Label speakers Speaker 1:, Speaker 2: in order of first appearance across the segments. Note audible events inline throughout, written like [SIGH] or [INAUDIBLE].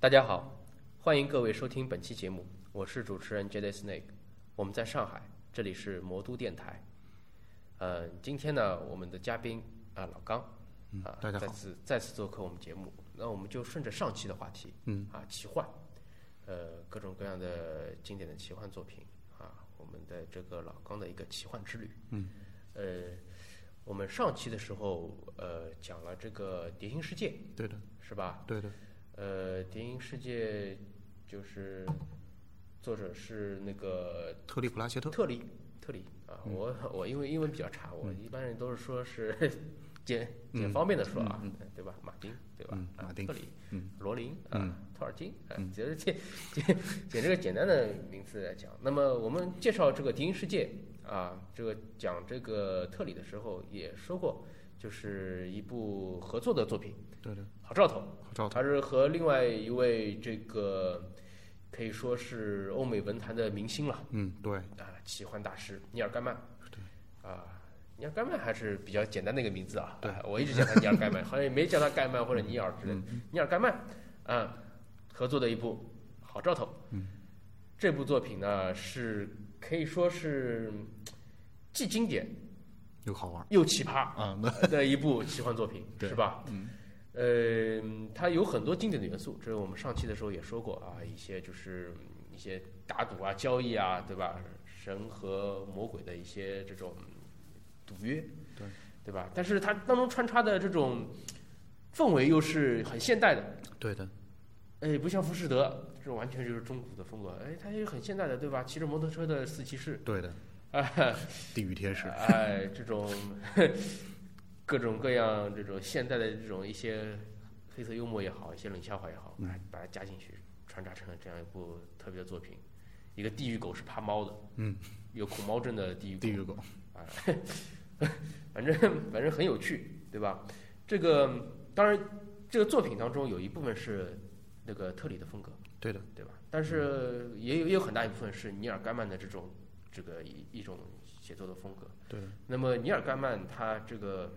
Speaker 1: 大家好，欢迎各位收听本期节目，我是主持人 J D Snake，我们在上海，这里是魔都电台。呃，今天呢，我们的嘉宾啊老刚
Speaker 2: 嗯
Speaker 1: 啊，
Speaker 2: 大家好
Speaker 1: 再次再次做客我们节目，那我们就顺着上期的话题，
Speaker 2: 嗯
Speaker 1: 啊，奇幻，呃，各种各样的经典的奇幻作品啊，我们的这个老刚的一个奇幻之旅，
Speaker 2: 嗯，
Speaker 1: 呃，我们上期的时候呃讲了这个《蝶形世界》，
Speaker 2: 对的，
Speaker 1: 是吧？
Speaker 2: 对的，
Speaker 1: 呃，《谍影世界》就是作者是那个
Speaker 2: 特利普拉切特，嗯
Speaker 1: 特里特里啊，我我因为英文比较差，我一般人都是说
Speaker 2: [LAUGHS]
Speaker 1: 是简简
Speaker 2: 嗯
Speaker 1: 方便的说啊，对吧？马丁对吧
Speaker 2: 嗯？
Speaker 1: 啊
Speaker 2: 马丁
Speaker 1: 特里
Speaker 2: 嗯
Speaker 1: 罗琳啊
Speaker 2: 嗯，
Speaker 1: 托尔金啊，
Speaker 2: 嗯
Speaker 1: 简简简简这个简单的名词来讲。那么我们介绍这个《谍影世界》啊，这个讲这个特里的时候也说过，就是一部合作的作品，
Speaker 2: 对的，
Speaker 1: 好兆头。
Speaker 2: 好兆头，
Speaker 1: 他是和另外一位这个可以说是欧美文坛的明星了
Speaker 2: 嗯，对，
Speaker 1: 啊，奇幻大师尼尔盖曼。啊，尼尔盖曼还是比较简单的一个名字啊。
Speaker 2: 对嗯
Speaker 1: 啊我一直叫他尼尔盖曼，好像也没叫他盖曼或者尼尔之类的。尼尔盖曼啊，合作的一部好兆头。
Speaker 2: 嗯，
Speaker 1: 这部作品呢是可以说是既经典
Speaker 2: 又好玩
Speaker 1: 又奇葩。呃
Speaker 2: 啊，那
Speaker 1: 的一部奇幻作品，
Speaker 2: [LAUGHS] 对
Speaker 1: 是吧？嗯，呃，它有很多经典的元素，这是我们上期的时候也说过啊，一些就是嗯一些打赌啊、交易啊，对吧？神和魔鬼的一些这种赌约，
Speaker 2: 对
Speaker 1: 对吧？但是它当中穿插的这种氛围又是很现代的，
Speaker 2: 对的，
Speaker 1: 哎，不像浮士德这种完全就是中古的风格，哎，它也是很现代的，对吧？骑着摩托车的四骑士， [LAUGHS]
Speaker 2: 对的，
Speaker 1: 啊、
Speaker 2: 地狱天使，
Speaker 1: 哎，这种各种各样这种现代的这种一些黑色幽默也好，一些冷笑话也好，
Speaker 2: 嗯
Speaker 1: 哎，把它加进去，穿插成了这样一部特别的作品。一个地狱狗是怕猫的，
Speaker 2: 嗯，
Speaker 1: 有恐猫症的地狱狗，
Speaker 2: 地狱狗，
Speaker 1: 啊，反正反正很有趣，对吧？这个当然，这个作品当中有一部分是那个特里的风格，
Speaker 2: 对的，
Speaker 1: 对吧？但是也有也有很大一部分是尼尔盖曼的这种这个一一种写作的风格。
Speaker 2: 对的，
Speaker 1: 那么尼尔盖曼他这个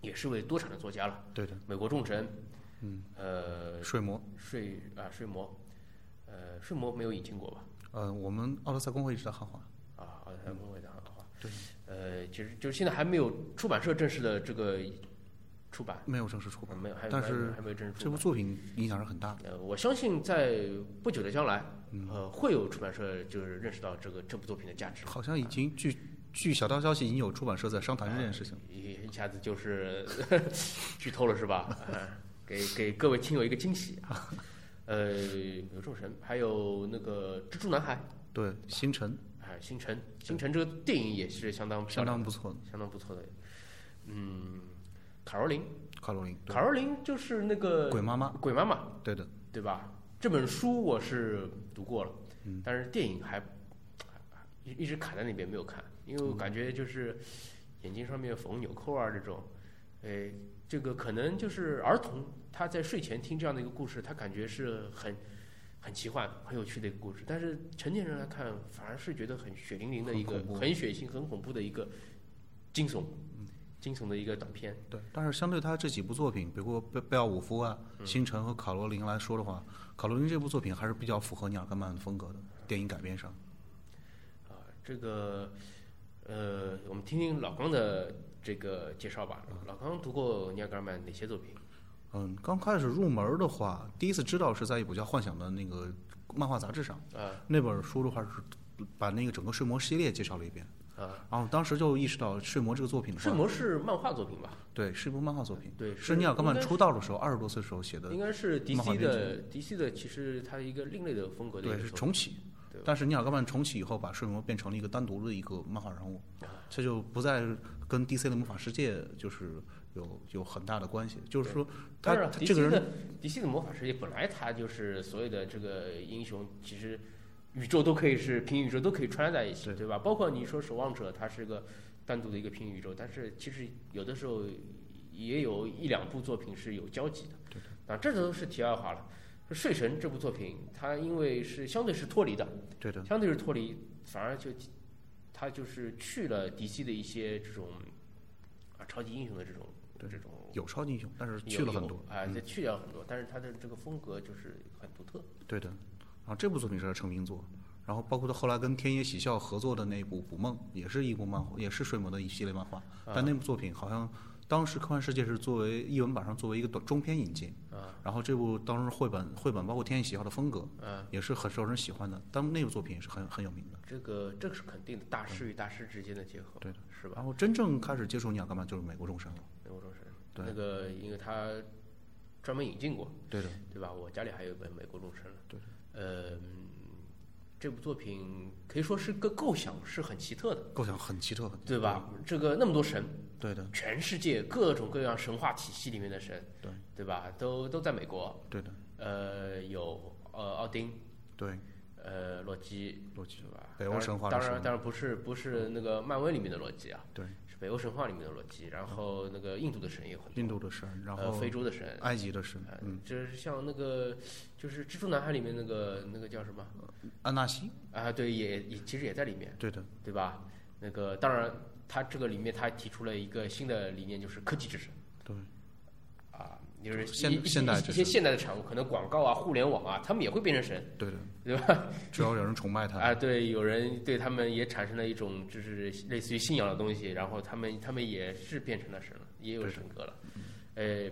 Speaker 1: 也是位多产的作家了，
Speaker 2: 对的，
Speaker 1: 美国众神，
Speaker 2: 嗯，
Speaker 1: 呃，
Speaker 2: 睡魔，
Speaker 1: 睡啊睡魔，呃睡魔没有引进过吧？
Speaker 2: 呃，我们奥德赛公会一直在汉化，
Speaker 1: 啊，奥特曼公会的汉化，
Speaker 2: 嗯对，
Speaker 1: 呃，其实就是现在还没有出版社正式的这个出版，啊
Speaker 2: 没有正式出版，
Speaker 1: 没有，还
Speaker 2: 但
Speaker 1: 还没有
Speaker 2: 是
Speaker 1: 还没有正式
Speaker 2: 这
Speaker 1: 出
Speaker 2: 部
Speaker 1: 版。
Speaker 2: 作品影响是很大的，
Speaker 1: 呃，我相信在不久的将来，
Speaker 2: 嗯，
Speaker 1: 呃，会有出版社就是认识到这个这部作品的价值，
Speaker 2: 好像已经据据小道消息，已经有出版社在商谈这件事情，
Speaker 1: 一一下子就是 [LAUGHS] 剧透了是吧？啊给给各位听友一个惊喜啊！呃，有众神，还有那个蜘蛛男孩，
Speaker 2: 对，星辰
Speaker 1: 哎，星辰，星辰这个电影也是相当漂
Speaker 2: 相
Speaker 1: 亮
Speaker 2: 当不错的，
Speaker 1: 相当不错的。嗯，卡罗琳，
Speaker 2: 卡罗琳，对
Speaker 1: 卡罗琳就是那个
Speaker 2: 鬼妈妈，
Speaker 1: 鬼妈妈，
Speaker 2: 对的，
Speaker 1: 对吧？这本书我是读过了，
Speaker 2: 嗯
Speaker 1: 但是电影还一一直卡在那边没有看，因为我感觉就是眼睛上面缝纽扣啊这种，呃，这个可能就是儿童他在睡前听这样的一个故事，他感觉是很很奇幻、很有趣的一个故事，但是成年人来看反而是觉得很血淋淋的一个
Speaker 2: 很恐、怖嗯
Speaker 1: 很血腥、很恐怖的一个惊悚、惊悚的一个短片。
Speaker 2: 对，但是相对他这几部作品，比如贝贝奥武夫啊、
Speaker 1: 嗯
Speaker 2: 星辰和卡罗琳来说的话，卡罗琳这部作品还是比较符合尼尔盖曼风格的电影改编上。
Speaker 1: 啊，这个，呃，我们听听老刚的这个介绍吧。老刚读过尼尔盖曼哪些作品？
Speaker 2: 嗯，刚开始入门的话，第一次知道是在一部叫《幻想》的那个漫画杂志上，
Speaker 1: 啊
Speaker 2: 那本书的话是把那个整个睡魔系列介绍了一遍，
Speaker 1: 啊，
Speaker 2: 然后当时就意识到睡魔这个作品的
Speaker 1: 睡
Speaker 2: 话，
Speaker 1: 魔是漫画作品吧？
Speaker 2: 对，是一部漫画作品，
Speaker 1: 对，
Speaker 2: 是尼尔盖
Speaker 1: 应
Speaker 2: 曼
Speaker 1: 该
Speaker 2: 出道的时候二十多岁时候写的
Speaker 1: 应，该是
Speaker 2: 漫画
Speaker 1: DC
Speaker 2: 原
Speaker 1: 的，DC 的其实它一个另类的风格的一
Speaker 2: 对，
Speaker 1: 个
Speaker 2: 是
Speaker 1: 作
Speaker 2: 重启
Speaker 1: 对。
Speaker 2: 但是尼尔盖曼重启以后，把睡魔变成了一个单独的一个漫画人物，
Speaker 1: 啊
Speaker 2: 这就不再跟 DC 的魔法世界就是有有很大的关系。就是说他，
Speaker 1: 当然
Speaker 2: 他
Speaker 1: 了
Speaker 2: 这个
Speaker 1: ，DC
Speaker 2: 人
Speaker 1: 的 DC 的魔法世界本来它就是所有的这个英雄，其实宇宙都可以是平行宇宙都可以穿插在一起，
Speaker 2: 对
Speaker 1: 对吧？包括你说守望者，它是个单独的一个平行宇宙，但是其实有的时候也有一两部作品是有交集的。啊，这都是题外话了。睡神这部作品，它因为是相对是脱离的，
Speaker 2: 对的，
Speaker 1: 相对是脱离，反而就他就是去了 DC 的一些这种啊超级英雄的这种
Speaker 2: 对
Speaker 1: 这种
Speaker 2: 有超级英雄，但是去了很多
Speaker 1: 啊，
Speaker 2: 嗯
Speaker 1: 这去掉很多，但是他的这个风格就是很独特。
Speaker 2: 对的，然后这部作品是他成名作，然后包括他后来跟天野喜孝合作的那部《捕梦》，也是一部漫画，也是水魔的一系列漫画，
Speaker 1: 啊
Speaker 2: 但那部作品好像当时科幻世界是作为译文版上作为一个短中篇引进，
Speaker 1: 啊
Speaker 2: 然后这部当时绘本绘本包括天野喜孝的风格
Speaker 1: 啊，
Speaker 2: 也是很受人喜欢的，但那部作品也是很很有名的。
Speaker 1: 这个这个是肯定的，大师与大师之间的结合，
Speaker 2: 对的，
Speaker 1: 是吧？
Speaker 2: 然后真正开始接触鸟干嘛就是美国众神了，
Speaker 1: 美国众神，
Speaker 2: 对
Speaker 1: 那个因为他专门引进过，
Speaker 2: 对的，
Speaker 1: 对吧？我家里还有一本《美国众神》呢。
Speaker 2: 对。
Speaker 1: 呃，这部作品可以说是个构想是很奇特的，
Speaker 2: 构想很奇特，
Speaker 1: 对吧？这个那么多神，
Speaker 2: 对的，
Speaker 1: 全世界各种各样神话体系里面的神，
Speaker 2: 对
Speaker 1: 对吧？都都在美国，
Speaker 2: 对的，
Speaker 1: 呃，有呃奥丁，
Speaker 2: 对，
Speaker 1: 呃洛基，
Speaker 2: 逻辑
Speaker 1: 对吧？
Speaker 2: 北欧神话的
Speaker 1: 当
Speaker 2: 神
Speaker 1: 然，当然不是不是那个漫威里面的洛基啊，
Speaker 2: 对，嗯
Speaker 1: 是北欧神话里面的洛基。然后那个印度的神也有很多，
Speaker 2: 印度的神，然
Speaker 1: 呃
Speaker 2: 后
Speaker 1: 非洲的神，
Speaker 2: 埃及的神，
Speaker 1: 呃
Speaker 2: 嗯，
Speaker 1: 就是像那个就是蜘蛛男孩里面那个那个叫什么
Speaker 2: 安纳西，
Speaker 1: 啊？对，也也其实也在里面，
Speaker 2: 对的，
Speaker 1: 对吧？那个当然，他这个里面他提出了一个新的理念，就是科技之神。
Speaker 2: 对。
Speaker 1: 啊，就是
Speaker 2: 现
Speaker 1: 一一
Speaker 2: 现代
Speaker 1: 一
Speaker 2: 之
Speaker 1: 一些
Speaker 2: 神
Speaker 1: 现代的产物，可能广告啊、互联网啊，他们也会变成神，
Speaker 2: 对的，
Speaker 1: 对吧？
Speaker 2: 只要有人崇拜他，
Speaker 1: 啊，对，有人对他们也产生了一种就是类似于信仰的东西，然后他们他们也是变成了神了，也有
Speaker 2: 对
Speaker 1: 神格了，呃，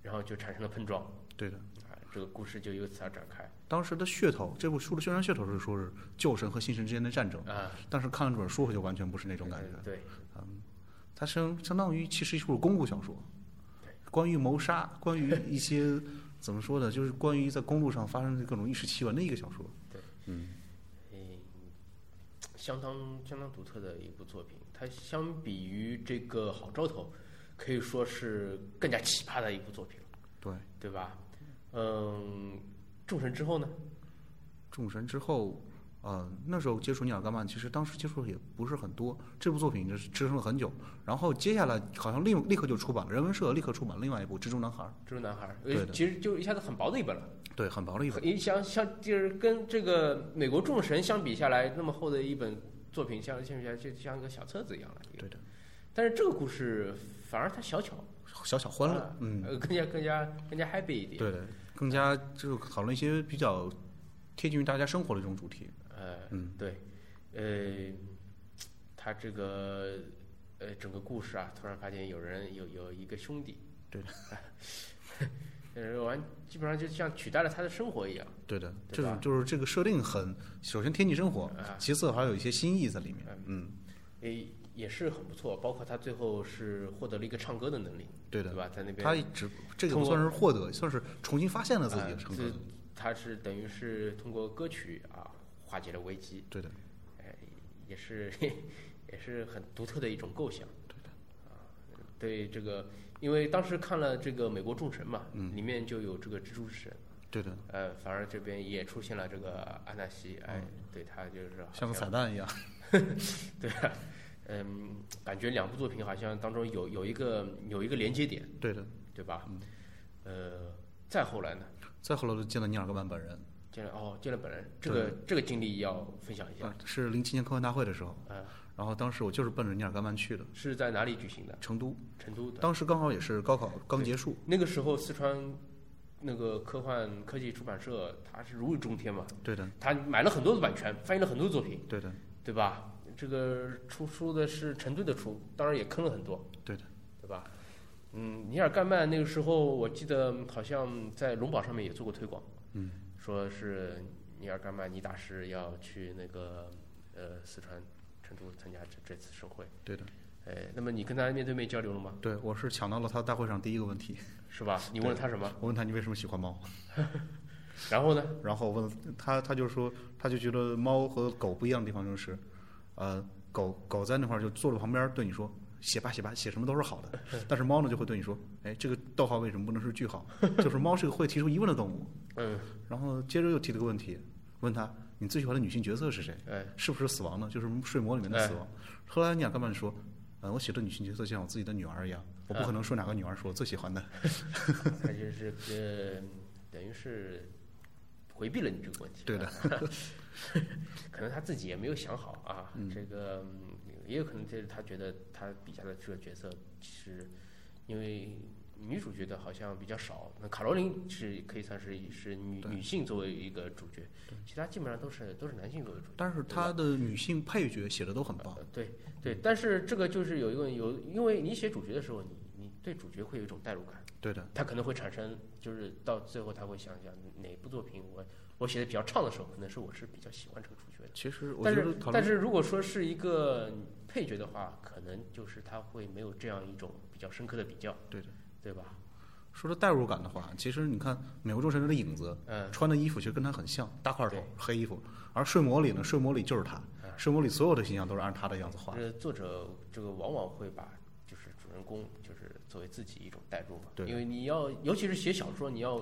Speaker 1: 然后就产生了碰撞
Speaker 2: 对的。
Speaker 1: 啊，这个故事就由此而展开
Speaker 2: 当时的噱头，这部书的宣传噱头是说是旧神和新神之间的战争，
Speaker 1: 啊，
Speaker 2: 但是看了这本书就完全不是那种感
Speaker 1: 呃
Speaker 2: 觉。嗯
Speaker 1: 对，
Speaker 2: 它相相当于其实是一部公路小说，关于谋杀，关于
Speaker 1: [LAUGHS]
Speaker 2: 一些怎么说呢，就是关于在公路上发生的各种异事奇闻的一个小说。
Speaker 1: 嗯，相当相当独特的一部作品，它相比于这个好兆头，可以说是更加奇葩的一部作品了。
Speaker 2: 对，
Speaker 1: 对吧？嗯，众神之后呢？
Speaker 2: 众神之后，呃，那时候接触尼尔盖曼，其实当时接触的也不是很多。这部作品就是支撑了很久，然后接下来好像立立刻就出版了，人文社立刻出版另外一部《蜘蛛男孩》，
Speaker 1: 蜘蛛男孩儿，
Speaker 2: 对的
Speaker 1: 其实就一下子很薄的一本了。
Speaker 2: 对，很薄的一本。
Speaker 1: 你想像就是跟这个美国众神相比下来，那么厚的一本作品相相比下来，就像个小册子一样了。
Speaker 2: 对的，
Speaker 1: 但是这个故事反而它小巧，
Speaker 2: 小小欢乐
Speaker 1: 啊，
Speaker 2: 嗯，
Speaker 1: 呃，更加更加更加 happy 一点。
Speaker 2: 对的，更加就是讨论一些比较贴近于大家生活的一种主题。
Speaker 1: 呃，
Speaker 2: 嗯，
Speaker 1: 对，呃，他这个呃整个故事啊，突然发现有人有有一个兄弟，
Speaker 2: 对
Speaker 1: 的， [LAUGHS] 呃，完基本上就像取代了他的生活一样，
Speaker 2: 对的，
Speaker 1: 对
Speaker 2: 这
Speaker 1: 吧
Speaker 2: 种就是这个设定很，首先贴近生活，
Speaker 1: 啊
Speaker 2: 其次还有一些新意在里面。嗯，
Speaker 1: 也也是很不错。包括他最后是获得了一个唱歌的能力，
Speaker 2: 对
Speaker 1: 对
Speaker 2: 的，
Speaker 1: 吧？在那边
Speaker 2: 他只这个
Speaker 1: 通
Speaker 2: 不
Speaker 1: 过
Speaker 2: 算是获得，算是重新发现了自己
Speaker 1: 呃
Speaker 2: 的成
Speaker 1: 自
Speaker 2: 分。
Speaker 1: 他是等于是通过歌曲啊化解了危机，
Speaker 2: 对的，
Speaker 1: 哎，也是也是很独特的一种构想。对的，啊，对这个，因为当时看了这个《美国众神》嘛，里面就有这个蜘蛛神，
Speaker 2: 对的，
Speaker 1: 呃，反而这边也出现了这个安纳西，哎，对他就是好
Speaker 2: 像个彩蛋一样。
Speaker 1: 对啊，嗯，感觉两部作品好像当中有有一个有一个连接点，
Speaker 2: 对的，
Speaker 1: 对吧？呃，再后来呢，
Speaker 2: 再后来就见了尼尔格曼本人，
Speaker 1: 见了哦，见了本人，这个这个经历要分享一下，
Speaker 2: 啊是零七年科幻大会的时候，
Speaker 1: 嗯
Speaker 2: 然后当时我就是奔着尼尔格曼去的，
Speaker 1: 是在哪里举行的？
Speaker 2: 成都，
Speaker 1: 成都的。
Speaker 2: 当时刚好也是高考刚结束。
Speaker 1: 那个时候四川那个科幻科技出版社，它是如日中天嘛，
Speaker 2: 对的，
Speaker 1: 它买了很多的版权，翻译了很多作品，
Speaker 2: 对的，
Speaker 1: 对吧？这个出书的是成都的出，当然也坑了很多，
Speaker 2: 对的，
Speaker 1: 对吧？嗯，尼尔盖曼那个时候，我记得好像在龙宝上面也做过推广，
Speaker 2: 嗯，
Speaker 1: 说是尼尔盖曼尼大师要去那个呃四川成都参加这这次盛会，
Speaker 2: 对的。
Speaker 1: 哎，那么你跟他面对面交流了吗？
Speaker 2: 对，我是抢到了他大会上第一个问题。
Speaker 1: 是吧？你问了他什么？
Speaker 2: 我问他你为什么喜欢猫，
Speaker 1: 然后呢？
Speaker 2: 然后我问他，他就说他就觉得猫和狗不一样的地方就是，呃，狗狗在那块儿就坐在旁边儿对你说写吧写吧写什么都是好的，但是猫呢就会对你说，哎，这个逗号为什么不能是句号？就是猫是个会提出疑问的动物。
Speaker 1: 嗯，
Speaker 2: 然后接着又提了个问题，问他你最喜欢的女性角色是谁？
Speaker 1: 哎，
Speaker 2: 是不是死亡呢？就是睡魔里面的死亡。后来尼尔盖曼说，嗯，我写的女性角色就像我自己的女儿一样，我不可能说哪个女儿是我最喜欢的。
Speaker 1: [LAUGHS] 他就是呃，等于是回避了你这个问题。
Speaker 2: 对的，
Speaker 1: [LAUGHS] 可能他自己也没有想好啊，这个嗯也有可能就是他觉得他笔下的这个角色是因为女主角的好像比较少。那卡罗琳是可以算是是女
Speaker 2: 对
Speaker 1: 女性作为一个主角，其他基本上都是都是男性作为主角。
Speaker 2: 但是他的女性配角写的都很棒
Speaker 1: 呃，对对，但是这个就是有一个有，因为你写主角的时候，你你对主角会有一种代入感。
Speaker 2: 对的，
Speaker 1: 他可能会产生，就是到最后他会想想哪部作品我我写的比较畅的时候，可能是我是比较喜欢这个主角的。
Speaker 2: 其实我
Speaker 1: 但
Speaker 2: 觉
Speaker 1: 是
Speaker 2: 得卡罗
Speaker 1: 但是如果说是一个配角的话，可能就是他会没有这样一种比较深刻的比较，
Speaker 2: 对的。
Speaker 1: 对吧？
Speaker 2: 说到代入感的话，其实你看《美国众神》的影子，
Speaker 1: 嗯，
Speaker 2: 穿的衣服其实跟他很像，大块头
Speaker 1: 对
Speaker 2: 黑衣服。而睡魔里呢，睡魔里就是他
Speaker 1: 嗯，
Speaker 2: 睡魔里所有的形象都是按他的样子画的。
Speaker 1: 呃，作者这个往往会把就是主人公就是作为自己一种代入嘛，
Speaker 2: 对
Speaker 1: 因为你要尤其是写小说，你要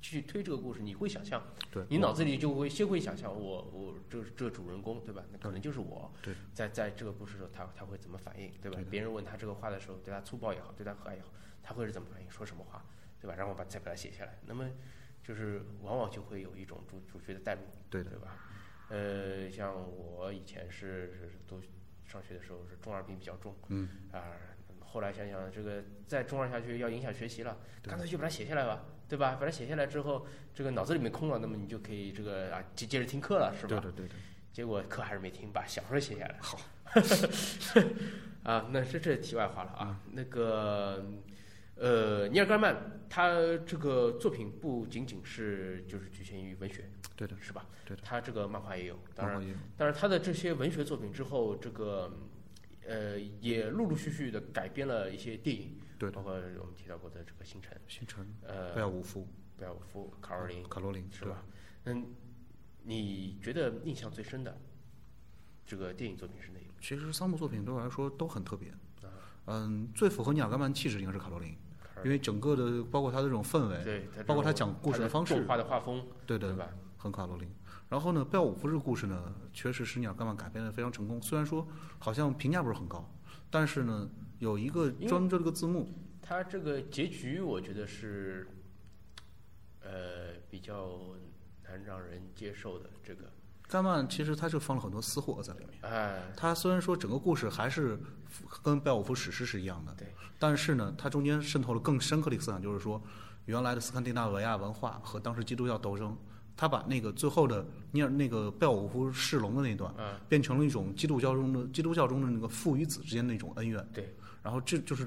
Speaker 1: 去推这个故事，你会想象。
Speaker 2: 对，
Speaker 1: 你脑子里就会先会想象我我这这主人公对吧？那可能就是我。
Speaker 2: 对
Speaker 1: 在在这个故事的时候，他他会怎么反应对吧
Speaker 2: 对的？
Speaker 1: 别人问他这个话的时候，对他粗暴也好，对他和蔼也好，他会是怎么反应，说什么话对吧？然后我把再把它写下来，那么就是往往就会有一种主主角的代入，
Speaker 2: 对的
Speaker 1: 对吧？呃，像我以前是是读上学的时候是中二病比较重，
Speaker 2: 嗯
Speaker 1: 啊，后来想想这个再中二下去要影响学习了，
Speaker 2: 对
Speaker 1: 干脆就把它写下来吧，对吧？把它写下来之后，这个脑子里面空了，那么你就可以这个啊接接着听课了，是吧？
Speaker 2: 对的对的，
Speaker 1: 结果课还是没听，把小说写下来。
Speaker 2: 好，
Speaker 1: [LAUGHS] 啊，那是这题外话了啊。
Speaker 2: 嗯
Speaker 1: 那个，呃，尼尔盖曼他这个作品不仅仅是就是局限于文学，
Speaker 2: 对的，
Speaker 1: 是吧？
Speaker 2: 对的嗯
Speaker 1: 他这个漫画也有，当
Speaker 2: 然
Speaker 1: 然
Speaker 2: 后，也有
Speaker 1: 当然他的这些文学作品之后，这个呃也陆陆续续的改编了一些电影，
Speaker 2: 对的
Speaker 1: 包括我们提到过的这个《星辰》，
Speaker 2: 星辰、贝
Speaker 1: 呃，
Speaker 2: 尔伍夫、
Speaker 1: 贝尔夫、卡罗琳，
Speaker 2: 卡罗琳
Speaker 1: 是？吧？嗯，你觉得印象最深的这个电影作品是哪一部？
Speaker 2: 对其实三部作品对我来说都很特别。嗯，最符合尼尔盖曼气质应该是卡罗琳，
Speaker 1: 卡罗
Speaker 2: 因
Speaker 1: 琳
Speaker 2: 为整个的包括他的这种氛围，
Speaker 1: 对，它这
Speaker 2: 包括他
Speaker 1: 种
Speaker 2: 讲故事的方式
Speaker 1: 它动画的画风，
Speaker 2: 对
Speaker 1: 对
Speaker 2: 的，
Speaker 1: 吧？
Speaker 2: 很卡罗琳。然后呢，贝尔伍夫这个故事呢，确实是尼尔盖曼改编的非常成功。虽然说好像评价不是很高，但是呢，有一个
Speaker 1: 因为
Speaker 2: 专门做这个字幕，
Speaker 1: 它这个结局，我觉得是，呃，比较难让人接受的。这个，
Speaker 2: 盖曼其实他是放了很多私货在里面。
Speaker 1: 哎，
Speaker 2: 他虽然说整个故事还是跟贝尔伍夫史诗是一样的，
Speaker 1: 对，
Speaker 2: 但是呢，它中间渗透了更深刻的一个思想，就是说，原来的斯堪的纳维亚文化和当时基督教斗争，他把那个最后的尼尔那个贝尔伍夫弑龙的那段，
Speaker 1: 嗯，
Speaker 2: 变成了一种基督教中的基督教中的那个父与子之间的那种恩怨。
Speaker 1: 对，
Speaker 2: 然后这就是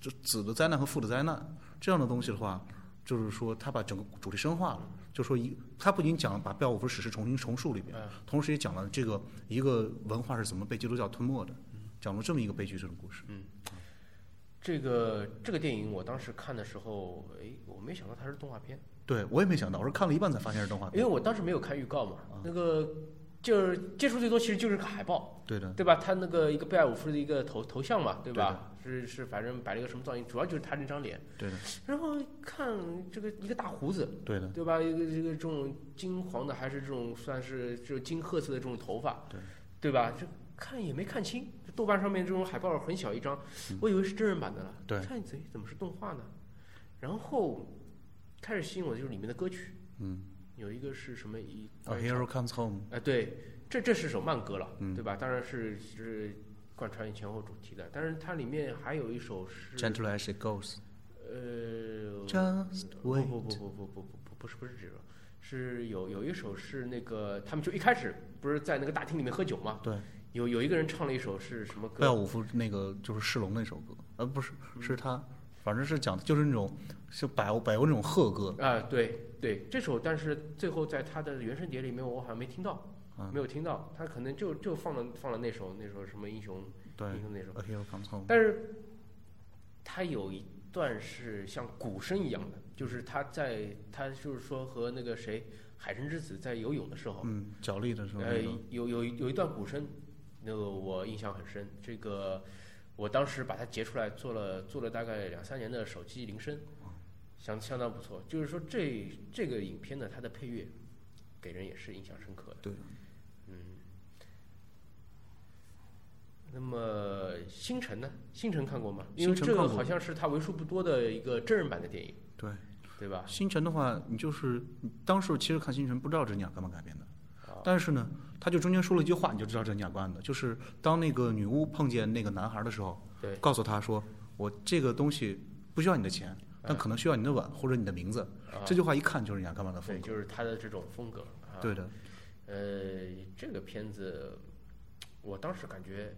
Speaker 2: 这子的灾难和父的灾难这样的东西的话，就是说他把整个主题深化了，就说一他不仅讲了把贝尔伍夫史诗重新重述了一遍，
Speaker 1: 嗯
Speaker 2: 同时也讲了这个一个文化是怎么被基督教吞没的，讲了这么一个悲剧性的故事。
Speaker 1: 这个这个电影我当时看的时候，哎，我没想到它是动画片，
Speaker 2: 对我也没想到，我是看了一半才发现是动画
Speaker 1: 因为
Speaker 2: 片。
Speaker 1: 我当时没有看预告嘛。
Speaker 2: 啊
Speaker 1: 那个就是接触最多，其实就是个海报，
Speaker 2: [LAUGHS] 对的，
Speaker 1: 对吧？他那个一个贝尔伍夫的一个头头像嘛，对吧？是是，反正摆了一个什么造型，主要就是他那张脸。
Speaker 2: 对的，
Speaker 1: 然后看这个一个大胡子，
Speaker 2: 对的，
Speaker 1: 对吧？一个这个这种金黄的，还是这种算是这种金褐色的这种头发，
Speaker 2: 对
Speaker 1: 对吧？这看也没看清，这豆瓣上面这种海报很小一张，我以为是真人版的了，
Speaker 2: 嗯对
Speaker 1: 看贼怎么是动画呢？然后开始吸引我的就是里面的歌曲，
Speaker 2: 嗯，
Speaker 1: 有一个是什么一
Speaker 2: A
Speaker 1: 关于
Speaker 2: Hero Comes Home，
Speaker 1: 哎，对，这这是首慢歌了，
Speaker 2: 嗯
Speaker 1: 对吧？当然是是贯穿前后主题的，但是它里面还有一首是
Speaker 2: Gentle as it goes。
Speaker 1: 呃
Speaker 2: Just
Speaker 1: 不
Speaker 2: wait
Speaker 1: 不不不不不不不是不是这首，是有有一首是那个他们就一开始不是在那个大厅里面喝酒嘛，
Speaker 2: 对，
Speaker 1: 有有一个人唱了一首是什么
Speaker 2: 贝尔
Speaker 1: 歌？
Speaker 2: 伍夫那个就是世龙那首歌，呃，不是，是他，反正是讲的就是那种是北欧北欧那种贺歌，
Speaker 1: 啊，对对，这首但是最后在他的原声碟里面我好像没听到，
Speaker 2: 嗯
Speaker 1: 没有听到，他可能就就放了放了那首那首什么英雄
Speaker 2: 对
Speaker 1: 英雄那首。
Speaker 2: ，A Hero Comes Home，
Speaker 1: 但是他有一段是像鼓声一样的，就是他在他就是说和那个谁海神之子在游泳的时候，
Speaker 2: 嗯，角力的时候
Speaker 1: 呃
Speaker 2: 那种，，
Speaker 1: 有有有一段鼓声，那个我印象很深。这个我当时把它截出来，做了做了大概两三年的手机铃声，
Speaker 2: 哦
Speaker 1: 相相当不错。就是说这这个影片呢，它的配乐给人也是印象深刻的。
Speaker 2: 对，
Speaker 1: 嗯。那么星辰呢？星辰看过吗？因为
Speaker 2: 星辰
Speaker 1: 这个
Speaker 2: 看过
Speaker 1: 好像是他为数不多的一个真人版的电影，
Speaker 2: 对，
Speaker 1: 对吧？
Speaker 2: 星辰的话，你就是你当时其实看星辰不知道这是尼尔盖曼改编的
Speaker 1: 哦，
Speaker 2: 但是呢，他就中间说了一句话，你就知道这是尼尔盖曼的，就是当那个女巫碰见那个男孩的时候，
Speaker 1: 对
Speaker 2: 告诉他说我这个东西不需要你的钱，但可能需要你的碗或者你的名字。
Speaker 1: 哎啊
Speaker 2: 这句话一看就是雅各曼的风
Speaker 1: 对，
Speaker 2: 格。
Speaker 1: 就是他的这种风格啊。
Speaker 2: 对的，
Speaker 1: 呃，这个片子我当时感觉，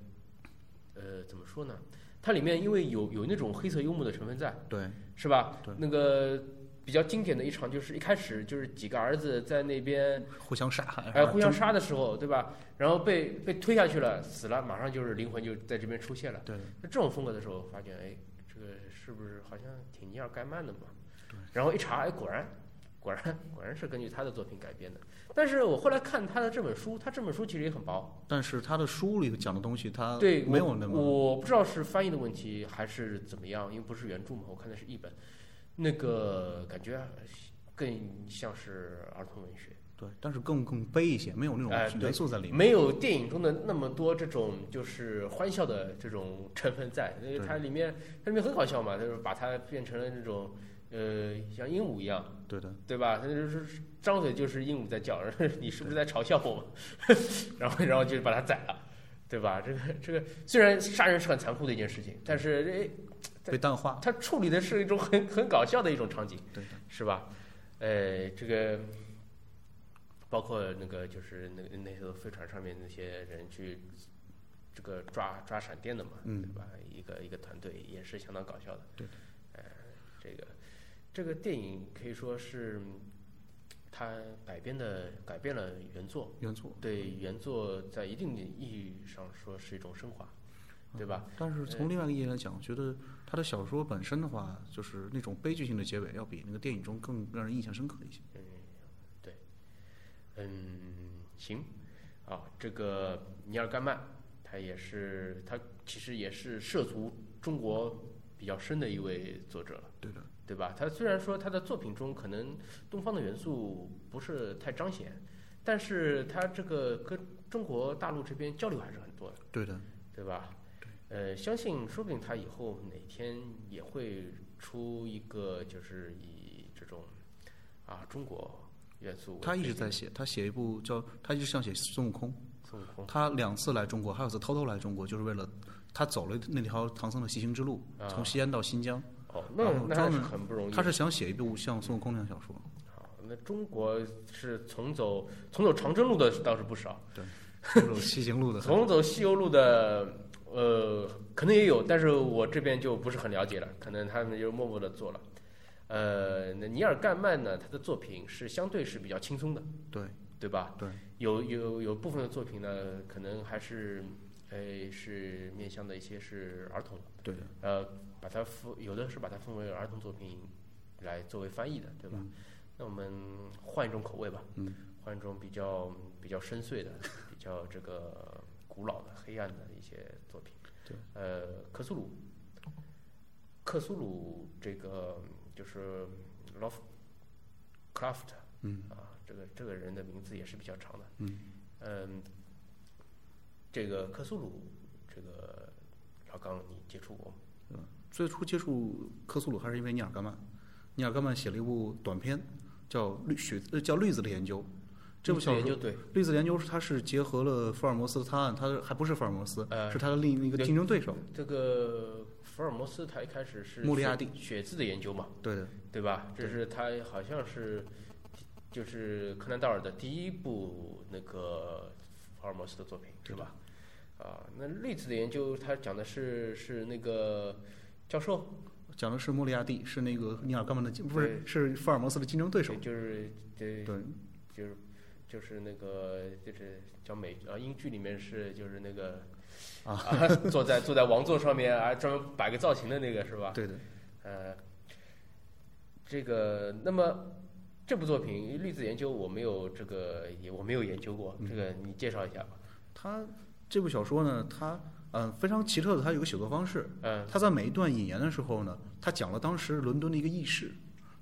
Speaker 1: 呃，怎么说呢？它里面因为有有那种黑色幽默的成分在，
Speaker 2: 对，
Speaker 1: 是吧？
Speaker 2: 对
Speaker 1: 那个比较经典的一场就是一开始就是几个儿子在那边
Speaker 2: 互相杀害，
Speaker 1: 哎互相
Speaker 2: 争
Speaker 1: 杀的时候，对吧？然后被被推下去了，死了，马上就是灵魂就在这边出现了。
Speaker 2: [LAUGHS] 对，
Speaker 1: 那这种风格的时候，发现哎，这个是不是好像挺尼尔盖曼的嘛？然后一查，哎，果然，果然， [LAUGHS] 果然是根据他的作品改编的。但是我后来看他的这本书，他这本书其实也很薄，
Speaker 2: 但是他的书里讲的东西，他
Speaker 1: 对，
Speaker 2: 啊没有
Speaker 1: 我
Speaker 2: 那么
Speaker 1: 我不知道是翻译的问题还是怎么样，因为不是原著嘛，我看的是译本，那个感觉啊更像是儿童文学，
Speaker 2: 对，但是更更悲一些，没有那
Speaker 1: 哎
Speaker 2: 种
Speaker 1: 对
Speaker 2: 元素在里面。
Speaker 1: 没有电影中的那么多这种就是欢笑的这种成分在，因为它里面它里面很搞笑嘛，就是把它变成了那种呃像鹦鹉一样，
Speaker 2: 对的，
Speaker 1: 对吧？他就是张嘴就是鹦鹉在叫， [LAUGHS] 然后你是不是在嘲笑我 [LAUGHS] 们？然后然后就把他宰了，对吧？这个这个虽然杀人是很残酷的一件事情，但是对
Speaker 2: 被淡化
Speaker 1: 哎，。他处理的是一种很很搞笑的一种场景，
Speaker 2: 对的，
Speaker 1: 是吧？呃，这个包括那个就是那个那艘飞船上面那些人去这个抓抓闪电的嘛，
Speaker 2: 嗯
Speaker 1: 对吧？一个一个团队也是相当搞笑的。
Speaker 2: 对
Speaker 1: 的，呃，这个这个电影可以说是嗯它改编的改变了原作，
Speaker 2: 元素。
Speaker 1: 对原作在一定的意义上说是一种升华，对吧？
Speaker 2: 但是从另外一个意义来讲，我觉得他的小说本身的话，就是那种悲剧性的结尾，要比那个电影中更让人印象深刻一些。
Speaker 1: 嗯，对，嗯，行，啊，这个尼尔·盖曼，他也是，他其实也是涉足中国比较深的一位作者了，
Speaker 2: 对的，
Speaker 1: 对吧？他虽然说他的作品中可能东方的元素不是太彰显，但是他这个跟中国大陆这边交流还是很多的。
Speaker 2: 对的，
Speaker 1: 对吧？呃，相信说不定他以后哪天也会出一个，就是以这种啊中国元素为
Speaker 2: 他一直
Speaker 1: 背
Speaker 2: 在
Speaker 1: 景
Speaker 2: 写，他写一部叫他一直想写孙悟空，
Speaker 1: 的孙悟空
Speaker 2: 他两次来中国，还有一次偷偷来中国，就是为了他走了那条唐僧的西行之路，
Speaker 1: 啊
Speaker 2: 从西安到新疆，
Speaker 1: 哦，
Speaker 2: 然
Speaker 1: 那
Speaker 2: 后
Speaker 1: 那还
Speaker 2: 专
Speaker 1: 是
Speaker 2: 门
Speaker 1: 很不容易。
Speaker 2: 他是想写一部像孙悟空那样小 [LAUGHS] 说。
Speaker 1: 好，那中国是从走从走长征路的倒是不少，
Speaker 2: 这种西行路的很，
Speaker 1: 从走西游路的呃可能也有，但是我这边就不是很了解了，可能他们就默默的做了。呃，那尼尔盖曼呢，他的作品是相对是比较轻松的，
Speaker 2: 对
Speaker 1: 对吧？
Speaker 2: 对，
Speaker 1: 有有有部分的作品呢，可能还是，呃，是面向的一些是儿童，
Speaker 2: 对的，
Speaker 1: 呃，把它分有的是把它分为儿童作品来作为翻译的，对吧？那我们换一种口味吧，
Speaker 2: 嗯，
Speaker 1: 换一种比较比较深邃的、比较这个古老的、黑暗的一些作品。
Speaker 2: 对，
Speaker 1: 呃，克苏鲁，克苏鲁这个就是 Loft Craft，
Speaker 2: 嗯
Speaker 1: 啊，这个这个人的名字也是比较长的，
Speaker 2: 嗯
Speaker 1: 嗯这个克苏鲁，这个老刚你接触过吗？
Speaker 2: 最初接触克苏鲁还是因为尼尔·盖曼，尼尔·盖曼写了一部短篇叫《绿雪》，呃叫《绿子的研究》。这部小
Speaker 1: 也
Speaker 2: 说
Speaker 1: 就
Speaker 2: 《
Speaker 1: 对，
Speaker 2: 绿子的研究》是它是结合了福尔摩斯的探案，它还不是福尔摩斯，
Speaker 1: 呃
Speaker 2: 是他的另一个竞争对手。
Speaker 1: 这个福尔摩斯他一开始是
Speaker 2: 穆利亚蒂
Speaker 1: 血血字的研究嘛，
Speaker 2: 对的，
Speaker 1: 对吧？这是他好像是就是柯南道尔的第一部那个福尔摩斯的作品，是
Speaker 2: 对的
Speaker 1: 吧？啊，那类似的研究，他讲的是是那个教授，
Speaker 2: 讲的是莫里亚蒂，是那个尼尔·盖曼的竞，不是
Speaker 1: 对
Speaker 2: 是福尔摩斯的竞争对手。
Speaker 1: 就是对，
Speaker 2: 对，
Speaker 1: 就是就是那个就是叫美啊，英剧里面是就是那个
Speaker 2: 啊
Speaker 1: 坐在坐在王座上面啊，专门摆个造型的那个是
Speaker 2: [LAUGHS]
Speaker 1: 吧？
Speaker 2: 对的，
Speaker 1: 呃，这个那么这部作品《粒子研究》我没有这个也我没有研究过，这个
Speaker 2: 嗯
Speaker 1: 你介绍一下吧。
Speaker 2: 他这部小说呢，它嗯、呃非常奇特的，它有个写作方式，
Speaker 1: 嗯
Speaker 2: 他在每一段引言的时候呢，他讲了当时伦敦的一个轶事。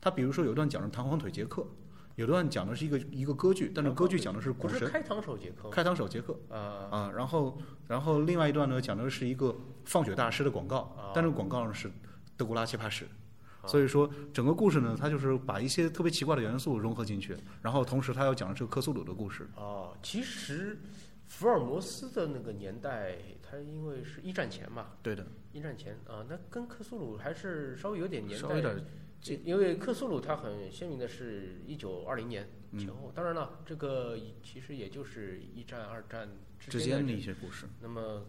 Speaker 2: 他比如说有一段讲的是弹簧腿杰克，有段讲的是一个一个歌剧，但是歌剧讲的是
Speaker 1: 不
Speaker 2: 股
Speaker 1: 哦是
Speaker 2: 神
Speaker 1: 开膛手杰克吗
Speaker 2: 开膛手杰克
Speaker 1: 啊
Speaker 2: 啊，然后然后另外一段呢讲的是一个放血大师的广告
Speaker 1: 啊，
Speaker 2: 但是广告呢是德古拉切帕什。
Speaker 1: 啊
Speaker 2: 所以说，整个故事呢，它就是把一些特别奇怪的元素融合进去，然后同时它要讲的是克苏鲁的故事。
Speaker 1: 哦，其实福尔摩斯的那个年代，它因为是一战前嘛，
Speaker 2: 对的，
Speaker 1: 一战前啊，那跟克苏鲁还是稍微有点年代
Speaker 2: 稍微有点
Speaker 1: 这因为克苏鲁它很鲜明的是一九二零年
Speaker 2: 嗯
Speaker 1: 前后，当然了，这个其实也就是一战、二战
Speaker 2: 之
Speaker 1: 间
Speaker 2: 间
Speaker 1: 的
Speaker 2: 的
Speaker 1: 这，
Speaker 2: 一些故事，
Speaker 1: 那么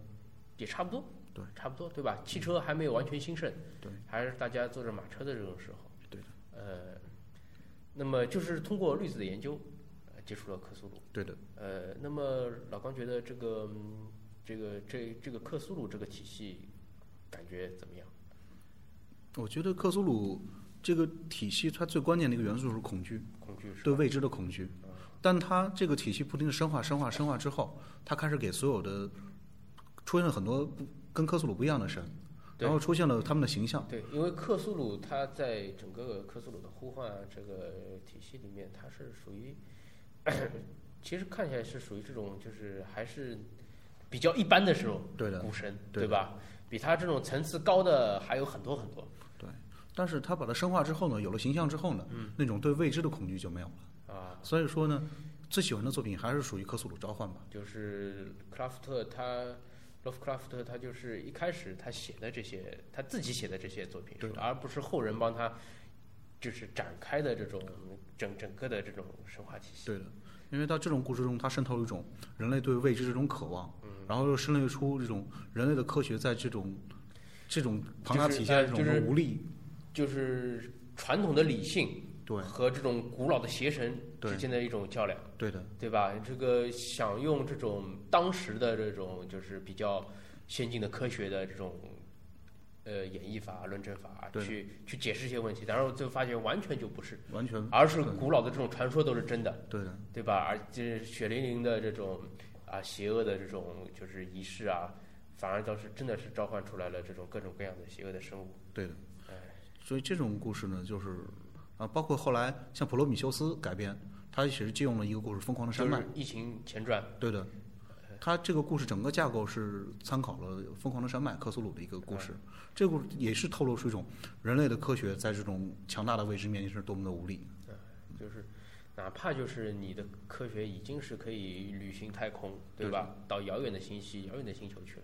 Speaker 1: 也差不多，
Speaker 2: 对，嗯
Speaker 1: 差不多，对吧？汽车还没有完全兴盛，
Speaker 2: 对，
Speaker 1: 还是大家坐着马车的这种时候，
Speaker 2: 对的，
Speaker 1: 呃，那么就是通过滤子的研究，呃接触了克苏鲁，
Speaker 2: 对的，
Speaker 1: 呃，那么老刚觉得这个、嗯这个这这个克苏鲁这个体系感觉怎么样？
Speaker 2: 我觉得克苏鲁这个体系它最关键的一个元素是恐惧，
Speaker 1: 恐惧是
Speaker 2: 对
Speaker 1: 吧？啊
Speaker 2: 未知的恐惧。但它这个体系不停的深化、深化、深化之后，它开始给所有的出现了很多不跟克苏鲁不一样的神，
Speaker 1: 对
Speaker 2: 然后出现了他们的形象。
Speaker 1: 对，因为克苏鲁它在整个克苏鲁的呼唤啊这个体系里面，它是属于，其实看起来是属于这种就是还是比较一般的这种
Speaker 2: 对的，
Speaker 1: 古神，
Speaker 2: 对
Speaker 1: 对吧？比它这种层次高的还有很多很多
Speaker 2: 但是它把它深化之后呢，有了形象之后呢，
Speaker 1: 嗯
Speaker 2: 那种对未知的恐惧就没有了。
Speaker 1: 啊。
Speaker 2: 所以说呢，最喜欢的作品还是属于《克苏鲁召唤》吧。
Speaker 1: 就是克拉夫特他，洛夫克拉夫特他就是一开始他写的这些他自己写的这些作品，
Speaker 2: 对的
Speaker 1: 而不是后人帮他就是展开的这种整整个的这种神话体系。
Speaker 2: 对的，因为到这种故事中，它渗透了一种人类对未知这种渴望，
Speaker 1: 嗯
Speaker 2: 然后又渗透出这种人类的科学在这种这种庞大
Speaker 1: 就是
Speaker 2: 体系下
Speaker 1: 呃
Speaker 2: 这种
Speaker 1: 就是
Speaker 2: 的无力。
Speaker 1: 就是传统的理性
Speaker 2: 对
Speaker 1: 和这种古老的邪神
Speaker 2: 对
Speaker 1: 之间的一种较量，
Speaker 2: 对的，
Speaker 1: 对吧？这个想用这种当时的这种就是比较先进的科学的这种。呃，演绎法、论证法
Speaker 2: 对的
Speaker 1: 去去解释一些问题，然后最后发现完全就不是，
Speaker 2: 完全
Speaker 1: 而是古老的这种传说都是真的，
Speaker 2: 对的，
Speaker 1: 对吧？而这血淋淋的这种啊邪恶的这种就是仪式啊，反而倒是真的是召唤出来了这种各种各样的邪恶的生物。
Speaker 2: 对的
Speaker 1: 哎。
Speaker 2: 所以这种故事呢，就是啊，包括后来像《普罗米修斯》改编，它也是借用了一个故事《疯狂的山
Speaker 1: 就
Speaker 2: 脉》
Speaker 1: 是。疫情前传，
Speaker 2: 对的，它这个故事整个架构是参考了《疯狂的山脉》克苏鲁的一个故事，这个故事也是透露出一种人类的科学在这种强大的未知面前是多么的无力。
Speaker 1: 就是哪怕就是你的科学已经是可以旅行太空，对吧？到遥远的星系、遥远的星球去了，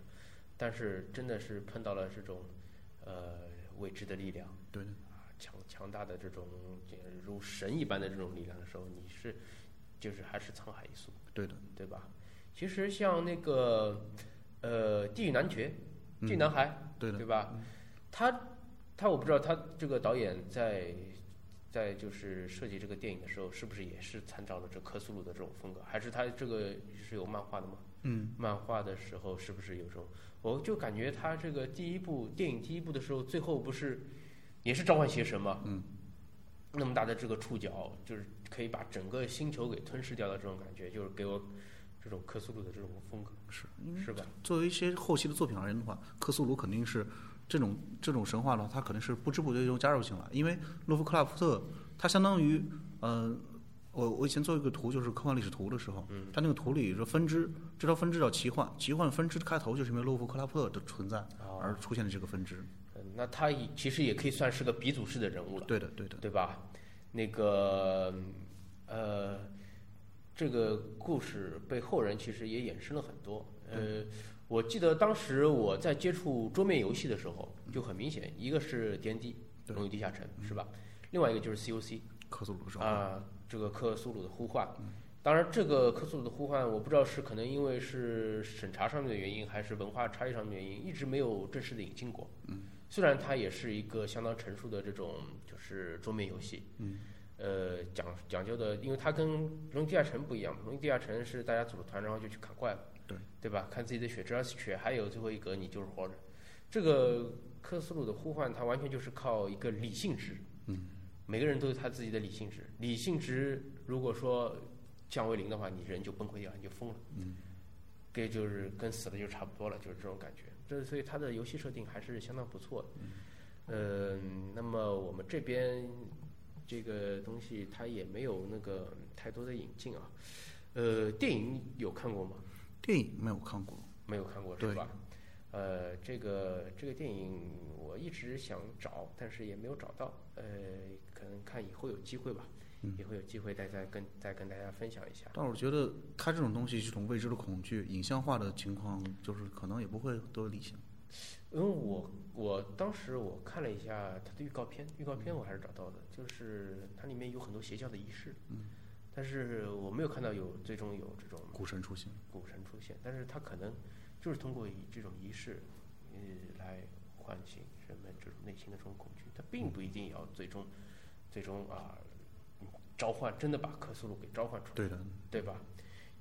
Speaker 1: 但是真的是碰到了这种呃未知的力量。
Speaker 2: 对的，
Speaker 1: 啊强强大的这种这如神一般的这种力量的时候，你是就是还是沧海一粟，
Speaker 2: 对的，
Speaker 1: 对吧？其实像那个呃《地狱男爵》《地狱男孩》
Speaker 2: 嗯对的，
Speaker 1: 对吧？他他我不知道他这个导演在在就是设计这个电影的时候，是不是也是参照了这克苏鲁的这种风格，还是他这个是有漫画的吗？
Speaker 2: 嗯，
Speaker 1: 漫画的时候是不是有这种？我就感觉他这个第一部电影第一部的时候，最后不是也是召唤邪神吗？嗯，那么大的这个触角，就是可以把整个星球给吞噬掉的这种感觉，就是给我这种克苏鲁的这种风格，
Speaker 2: 是
Speaker 1: 是吧？
Speaker 2: 作为一些后期的作品而言的话，克苏鲁肯定是这种这种神话呢，它肯定是不知不觉中加入进来，因为洛夫克拉夫特他相当于呃。我我以前做一个图，就是科幻历史图的时候，它那个图里说分支，这条分支叫奇幻，奇幻分支开头就是因为洛夫克拉夫特的存在
Speaker 1: 哦
Speaker 2: 而出现的这个分支。
Speaker 1: 嗯，那他也其实也可以算是个鼻祖式的人物了，
Speaker 2: 对的，对的，
Speaker 1: 对吧？那个呃，这个故事被后人其实也衍生了很多。呃，我记得当时我在接触桌面游戏的时候，就很明显，一个是 D N D《
Speaker 2: 对
Speaker 1: 龙与地下城》，是吧？另外一个就是 C O C
Speaker 2: 克苏鲁是吧？
Speaker 1: 啊、这个克苏鲁的呼唤。当然，这个克苏鲁的呼唤，我不知道是可能因为是审查上面的原因，还是文化差异上面的原因，一直没有正式的引进过。嗯，虽然它也是一个相当成熟的这种就是桌面游戏。嗯，呃，讲讲究的，因为它跟《龙与地下城》不一样，《龙与地下城》是大家组了团，然后就去砍怪嘛，
Speaker 2: 对
Speaker 1: 对吧？看自己的血，只要是血还有最后一格，你就是活着。这个克苏鲁的呼唤，它完全就是靠一个理性值。每个人都有他自己的理性值，理性值如果说降为零的话，你人就崩溃掉，你就疯了，嗯，这就是跟死了就差不多了，就是这种感觉。这所以它的游戏设定还是相当不错的，嗯，那么我们这边这个东西它也没有那个太多的引进啊，呃，电影有看过吗？
Speaker 2: 电影没有看过，
Speaker 1: 没有看过是
Speaker 2: 对
Speaker 1: 吧？呃，这个这个电影我一直想找，但是也没有找到。呃，可能看以后有机会吧。
Speaker 2: 嗯
Speaker 1: 也会有机会再再跟再跟大家分享一下。
Speaker 2: 但我觉得他这种东西，这种未知的恐惧、影像化的情况，就是可能也不会多理性。
Speaker 1: 因为我我当时我看了一下它的预告片，预告
Speaker 2: 嗯
Speaker 1: 片我还是找到的，就是它里面有很多邪教的仪式，
Speaker 2: 嗯
Speaker 1: 但是我没有看到有最终有这种
Speaker 2: 古神出现，
Speaker 1: 古神出现，但是它可能就是通过以这种仪式，呃，来唤醒人们这种内心的这种恐惧，它并不一定要最终最终啊、嗯召唤真的把克苏鲁给召唤出来。
Speaker 2: 对的，
Speaker 1: 对吧？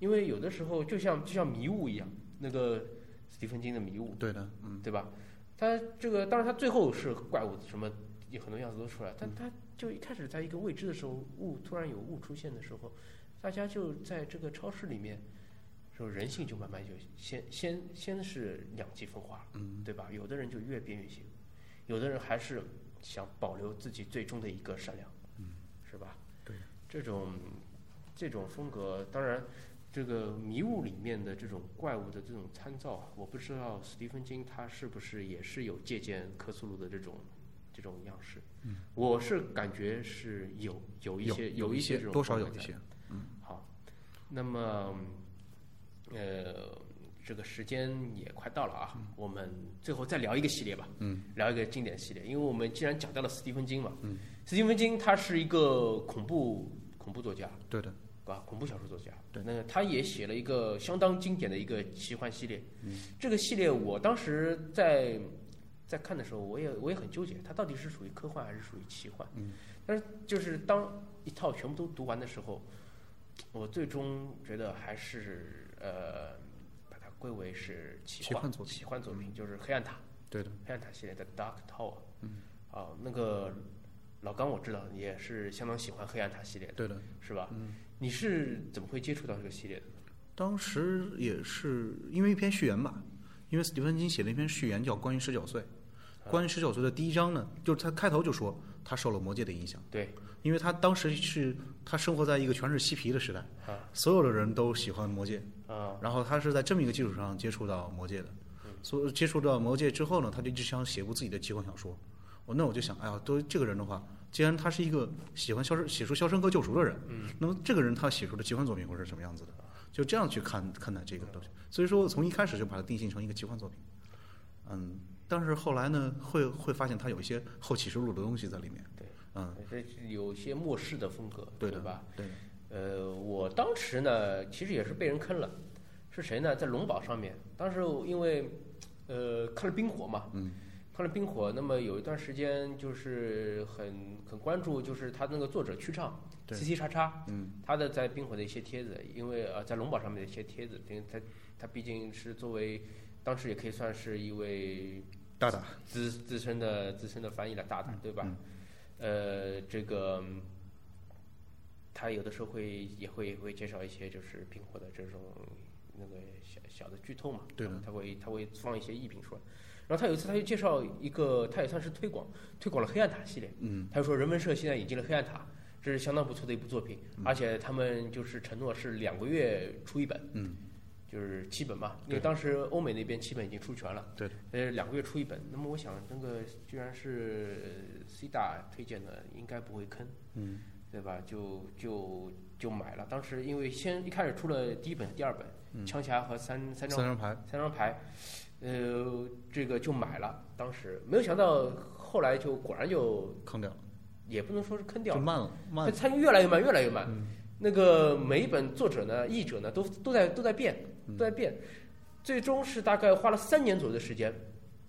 Speaker 1: 因为有的时候就像就像迷雾一样，那个斯蒂芬金的迷雾，
Speaker 2: 对的，嗯，
Speaker 1: 对吧？他这个当然他最后是怪物什么有很多样子都出来，但他就一开始在一个未知的时候，雾突然有雾出现的时候，大家就在这个超市里面，时候人性就慢慢就先先先是两极分化了，
Speaker 2: 嗯，
Speaker 1: 对吧？有的人就越变越邪恶，有的人还是想保留自己最终的一个善良，嗯，是吧？
Speaker 2: 对，
Speaker 1: 这种这种风格，当然，这个迷雾里面的这种怪物的这种参照啊，我不知道斯蒂芬金他是不是也是有借鉴克苏鲁的这种这种样式，嗯，我是感觉是有有一些
Speaker 2: 有
Speaker 1: 一些这种
Speaker 2: 多少
Speaker 1: 风格
Speaker 2: 有一
Speaker 1: 在
Speaker 2: 些，
Speaker 1: 好，那么，呃，这个时间也快到了啊，我们最后再聊一个系列吧，
Speaker 2: 嗯，
Speaker 1: 聊一个经典系列，因为我们既然讲到了斯蒂芬金嘛，嗯，斯蒂芬金他是一个恐怖恐怖作家，
Speaker 2: 对的，
Speaker 1: 啊，恐怖小说作家，
Speaker 2: 对
Speaker 1: 那他也写了一个相当经典的一个奇幻系列，嗯，这个系列我当时在在看的时候，我也我也很纠结，它到底是属于科幻还是属于奇幻，
Speaker 2: 嗯，
Speaker 1: 但是就是当一套全部都读完的时候，我最终觉得还是呃把它归为是奇
Speaker 2: 奇幻作品
Speaker 1: 奇幻作品就是黑暗塔，
Speaker 2: 对的，
Speaker 1: 黑暗塔系列的 Dark Tower，嗯，啊，那个老刚我知道也是相当喜欢黑暗塔系列的。
Speaker 2: 对的。
Speaker 1: 是吧？嗯，你是怎么会接触到这个系列的？
Speaker 2: 当时也是因为一篇序言吧，因为斯蒂芬金写了一篇序言叫《关于十九岁》，关于十九岁的第一章呢，就是他开头就说他受了魔戒的影响，
Speaker 1: 对，
Speaker 2: 因为他当时是他生活在一个全是嬉皮的时代，所有的人都喜欢魔戒，
Speaker 1: 啊，
Speaker 2: 然后他是在这么一个基础上接触到魔戒的，
Speaker 1: 嗯
Speaker 2: 所以接触到魔戒之后呢，他就一直想写过自己的奇幻小说。我那我就想，哎呀，都这个人的话，既然他是一个喜欢肖申写出《肖申克救赎》的人，
Speaker 1: 嗯
Speaker 2: 那么这个人他写出的奇幻作品会是什么样子的？就这样去看看待这个东西。所以说我从一开始就把它定性成一个奇幻作品。嗯，但是后来呢，会会发现它有一些后启示录的东西在里面。
Speaker 1: 对，
Speaker 2: 嗯，
Speaker 1: 这是有些末世的风格，
Speaker 2: 对
Speaker 1: 对
Speaker 2: 的
Speaker 1: 吧？？
Speaker 2: 对的，
Speaker 1: 呃，我当时呢，其实也是被人坑了，是谁呢？在龙宝上面，当时我因为呃看了冰火嘛，
Speaker 2: 嗯，
Speaker 1: 看了冰火，那么有一段时间就是很很关注，就是他那个作者曲畅
Speaker 2: 对
Speaker 1: C C 叉叉，
Speaker 2: 嗯，
Speaker 1: 他的在冰火的一些帖子，因为呃在龙宝上面的一些帖子，因为他他毕竟是作为当时也可以算是一位
Speaker 2: 大大，
Speaker 1: 资资深的资深的翻译了大胆，对吧？
Speaker 2: 嗯
Speaker 1: 呃，这个嗯他有的时候会也会也会介绍一些就是苹果的这种那个小小的剧透嘛，
Speaker 2: 对的
Speaker 1: 他会他会放一些艺评出来。然后他有一次他就介绍一个，他也算是推广推广了黑暗塔系列，
Speaker 2: 嗯，
Speaker 1: 他就说人文社现在引进了黑暗塔。这是相当不错的一部作品，而且他们就是承诺是两个月出一本，
Speaker 2: 嗯，
Speaker 1: 就是七本嘛，因
Speaker 2: 对
Speaker 1: 为当时欧美那边七本已经出全了，
Speaker 2: 对的，
Speaker 1: 呃，两个月出一本。那么我想，那个居然是 C 大推荐的，应该不会坑，
Speaker 2: 嗯，
Speaker 1: 对吧？就就就买了。当时因为先一开始出了第一本、第二本，枪侠和三三
Speaker 2: 嗯三
Speaker 1: 张
Speaker 2: 张牌，
Speaker 1: 三张牌，呃，这个就买了。当时没有想到，后来就果然就
Speaker 2: 坑掉了，
Speaker 1: 也不能说是坑掉
Speaker 2: 就
Speaker 1: 了，
Speaker 2: 慢了，慢嗯
Speaker 1: 它
Speaker 2: 了，
Speaker 1: 它越来越慢，越来越慢。那个每一本作者呢、译者呢，都都在都在变，
Speaker 2: 嗯
Speaker 1: 都在变。最终是大概花了三年左右的时间，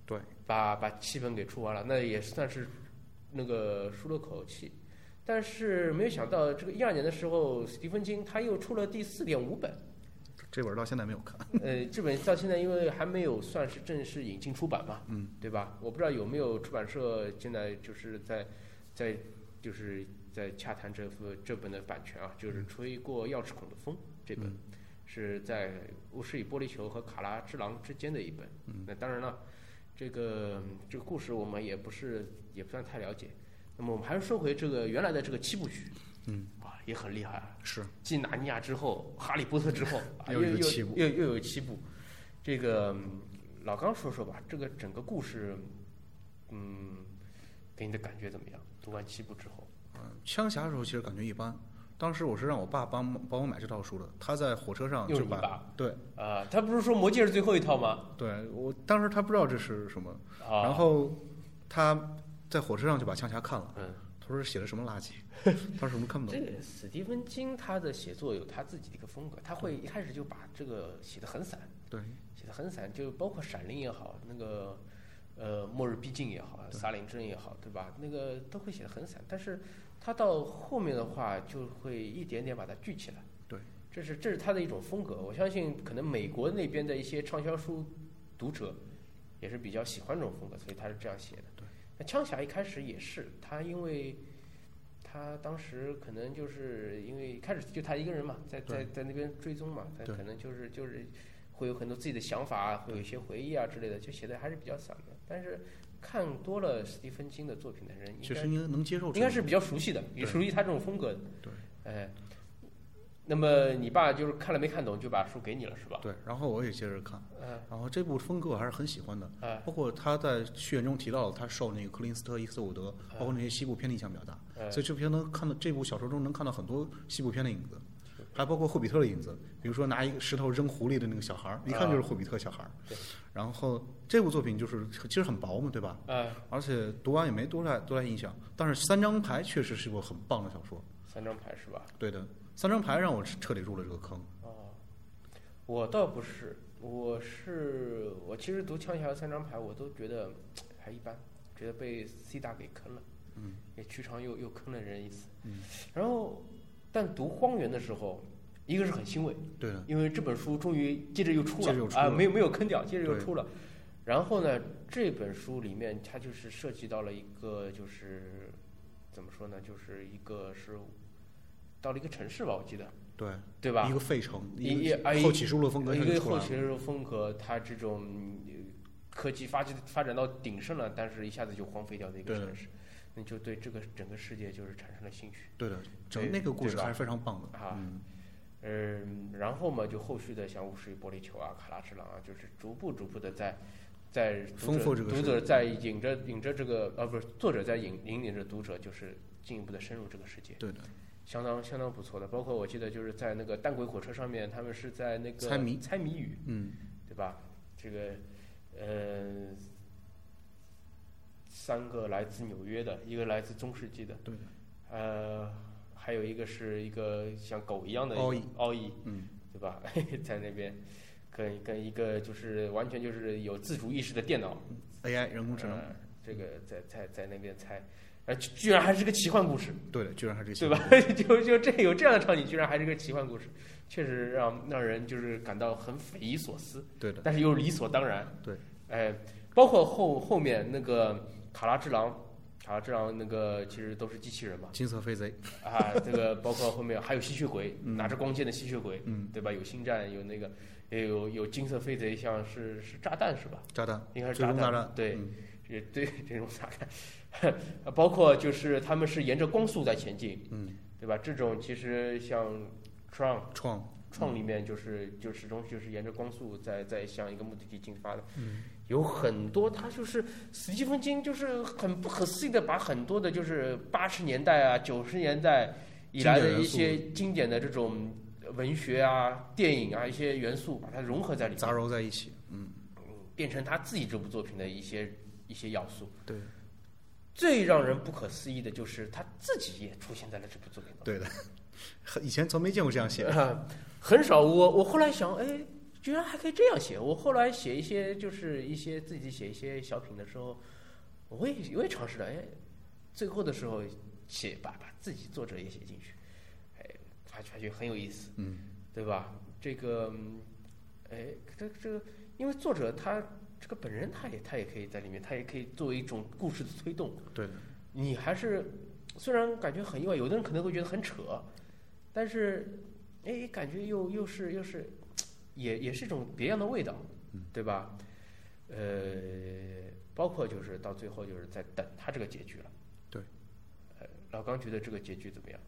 Speaker 2: 对，
Speaker 1: 把把七本给出完了，那也算是那个舒了口气。但是没有想到，这个一二年的时候，斯蒂芬金他又出了第四点五本，哎
Speaker 2: 这本儿到现在没有看。
Speaker 1: 呃，这本到现在因为还没有算是正式引进出版嘛，嗯，对吧？我不知道有没有出版社现在就是在在就是在洽谈这幅这本的版权啊，就是吹过钥匙孔的风这本、是在乌市与玻璃球和卡拉之狼之间的一本。嗯、那当然了，这个这个故事我们也不是也不算太了解。那么我们还是说回这个原来的这个七部曲，
Speaker 2: 嗯，
Speaker 1: 啊，也很厉害啊，
Speaker 2: 是，
Speaker 1: 继纳尼亚之后，哈利波特之后，啊
Speaker 2: 又
Speaker 1: 又
Speaker 2: 有
Speaker 1: 又
Speaker 2: 七部
Speaker 1: 又又有七部。这个嗯老刚说说吧，这个整个故事，嗯，给你的感觉怎么样？读完七部之后，
Speaker 2: 嗯、枪侠的时候其实感觉一般。当时我是让我爸帮帮我买这套书的，他在火车上
Speaker 1: 又
Speaker 2: 嗯就是
Speaker 1: 你
Speaker 2: 把
Speaker 1: 爸
Speaker 2: 对
Speaker 1: 啊，他不是说《魔戒》是最后一套吗？
Speaker 2: 对，我当时他不知道这是什么，
Speaker 1: 啊，
Speaker 2: 然后他在火车上就把枪侠看了，
Speaker 1: 嗯，
Speaker 2: 他说写的什么垃圾，
Speaker 1: [LAUGHS]
Speaker 2: 他说什么看不
Speaker 1: 这
Speaker 2: 懂，
Speaker 1: 个史蒂芬金他的写作有他自己的一个风格，他会一开始就把这个写得很散，
Speaker 2: 对
Speaker 1: 写得很散，就包括《闪灵》也好，那个呃《末日逼近》也好，《
Speaker 2: 对
Speaker 1: 沙林之刃》也好，对吧？那个都会写得很散，但是他到后面的话就会一点点把它聚起来。
Speaker 2: 对，
Speaker 1: 这是这是他的一种风格。我相信可能美国那边的一些畅销书读者也是比较喜欢这种风格，所以他是这样写的。
Speaker 2: 对，
Speaker 1: 那枪侠一开始也是他因为。他当时可能就是因为开始就他一个人嘛，在在在那边追踪嘛，他
Speaker 2: 对
Speaker 1: 可能就是就是会有很多自己的想法啊，会有一些回忆啊之类的，就写的还是比较散的。但是看多了史蒂芬金的作品的人，应
Speaker 2: 确
Speaker 1: 该
Speaker 2: 实应该能接受这
Speaker 1: 应
Speaker 2: 种，
Speaker 1: 该是比较熟悉的，也
Speaker 2: 对
Speaker 1: 熟悉他这种风格的。
Speaker 2: 对，
Speaker 1: 哎，那么你爸就是看了没看懂就把书给你了是吧？
Speaker 2: 对，然后我也接着看，
Speaker 1: 嗯
Speaker 2: 然后这部风格我还是很喜欢的，
Speaker 1: 啊
Speaker 2: 包括他在序言中提到了他受那个克林斯特伊斯特伍德，
Speaker 1: 嗯
Speaker 2: 包括那些西部片的影响比较大，
Speaker 1: 呃，
Speaker 2: 所以这部片能看到这部小说中能看到很多西部片的影子，还包括霍比特的影子，比如说拿一个石头扔狐狸的那个小孩儿，一看就是霍比特小孩儿。
Speaker 1: 啊对
Speaker 2: 然后这部作品就是其实很薄嘛，对吧？
Speaker 1: 呃，
Speaker 2: 而且读完也没多大多大印象，但是三张牌确实是部很棒的小说。
Speaker 1: 三张牌是吧？
Speaker 2: 对的，三张牌让我彻底入了这个坑。
Speaker 1: 哦，我倒不是，我是我其实读《枪侠》三张牌，我都觉得还一般，觉得被 C 大给坑了，
Speaker 2: 嗯，
Speaker 1: 也曲长又又坑了人一次，
Speaker 2: 嗯，
Speaker 1: 然后但读《荒原》的时候，一个是很欣慰，
Speaker 2: 对的，
Speaker 1: 因为这本书终于接着又出
Speaker 2: 接着又
Speaker 1: 了
Speaker 2: 出
Speaker 1: 啊，
Speaker 2: 了
Speaker 1: 没有没有坑掉，接着又
Speaker 2: 对
Speaker 1: 出了。然后呢，这本书里面它就是涉及到了一个就是怎么说呢，就是一个是到了一个城市吧，我记得
Speaker 2: 对，
Speaker 1: 对吧？
Speaker 2: 一个费城，
Speaker 1: 一
Speaker 2: 一
Speaker 1: 一哎
Speaker 2: 个后起之路的风格
Speaker 1: 一
Speaker 2: 开始
Speaker 1: 个
Speaker 2: 出
Speaker 1: 后
Speaker 2: 来了
Speaker 1: 学术风格，它这种呃科技发展发展到鼎盛了，但是一下子就荒废掉的一个
Speaker 2: 对的
Speaker 1: 城市，那就对这个整个世界就是产生了兴趣。
Speaker 2: 对的，整
Speaker 1: 对
Speaker 2: 那个故事
Speaker 1: 哎对吧
Speaker 2: 还是非常棒的。
Speaker 1: 啊
Speaker 2: 嗯，
Speaker 1: 嗯，然后嘛，就后续的像《巫师与玻璃球》啊、《卡拉之狼》啊，就是逐步逐步的在在读者
Speaker 2: 丰富这个
Speaker 1: 读
Speaker 2: 世
Speaker 1: 者
Speaker 2: 界
Speaker 1: 在引着引着这个呃、不是作者在引引领着读者，就是进一步的深入这个世界，
Speaker 2: 对的，
Speaker 1: 相当相当不错的。包括我记得就是在那个单轨火车上面，他们是在那个
Speaker 2: 猜谜
Speaker 1: 猜谜语，
Speaker 2: 嗯，
Speaker 1: 对吧？这个，呃，三个来自纽约的，一个来自中世纪的，
Speaker 2: 对的，
Speaker 1: 呃，还有一个是一个像狗一样的
Speaker 2: 奥义，
Speaker 1: 奥义，
Speaker 2: 嗯，
Speaker 1: 对吧？ [LAUGHS] 在那边跟跟一个就是完全就是有自主意识的电脑，
Speaker 2: ，AI 人工智嗯能，
Speaker 1: 呃这个在在在那边猜，呃，居居然还是个奇幻故事，
Speaker 2: 对的，居然还是这
Speaker 1: 对
Speaker 2: 个
Speaker 1: 吧 [LAUGHS]
Speaker 2: 情况？
Speaker 1: 就就这有这样的场景，居然还是个奇幻故事，确实让让人就是感到很匪夷所思。
Speaker 2: 对的，
Speaker 1: 但是又理所当然。
Speaker 2: 对，
Speaker 1: 哎，包括后后面那个卡拉之狼，卡拉之狼那个其实都是机器人嘛，
Speaker 2: 金色飞贼，
Speaker 1: 啊，这个包括后面还有吸血鬼，
Speaker 2: 嗯
Speaker 1: 拿着光剑的吸血鬼，
Speaker 2: 嗯，
Speaker 1: 对吧？有星战，有那个，也有有金色飞贼，像是是炸弹是吧？
Speaker 2: 炸弹，
Speaker 1: 应该是
Speaker 2: 最终
Speaker 1: 炸
Speaker 2: 大
Speaker 1: 弹
Speaker 2: 战，
Speaker 1: 对
Speaker 2: 嗯
Speaker 1: 也对，这种炸弹， [LAUGHS] 包括就是他们是沿着光速在前进，
Speaker 2: 嗯，
Speaker 1: 对吧？这种其实像 Tron
Speaker 2: 创，
Speaker 1: 创里面就是就始终就是沿着光速在在向一个目的地进发的，
Speaker 2: 嗯
Speaker 1: 有很多他就是史蒂芬金就是很不可思议的把很多的就是八十年代啊九十年代以来的一些经典的这种文学啊电影啊一些元素把它融合在里
Speaker 2: 杂
Speaker 1: 面，
Speaker 2: 糅在一起，嗯，
Speaker 1: 变成他自己这部作品的一些一些要素。
Speaker 2: 对，
Speaker 1: 最让人不可思议的就是他自己也出现在了这部作品当中。
Speaker 2: 对的， [LAUGHS] 以前从没见过这样写，
Speaker 1: 啊， [LAUGHS] 很少。我我后来想，哎，居然还可以这样写。我后来写一些就是一些自己写一些小品的时候，我也我也尝试了，哎，最后的时候写把把自己作者也写进去，哎，发发觉很有意思，
Speaker 2: 嗯，
Speaker 1: 对吧？这个，嗯哎，这这个，因为作者他这个本人他也他也可以在里面，他也可以作为一种故事的推动。
Speaker 2: 对的，
Speaker 1: 你还是虽然感觉很意外，有的人可能会觉得很扯，但是哎，感觉又又是又是，也也是一种别样的味道，
Speaker 2: 嗯
Speaker 1: 对吧？呃，包括就是到最后就是在等他这个结局了。
Speaker 2: 对。
Speaker 1: 呃，老刚觉得这个结局怎么样？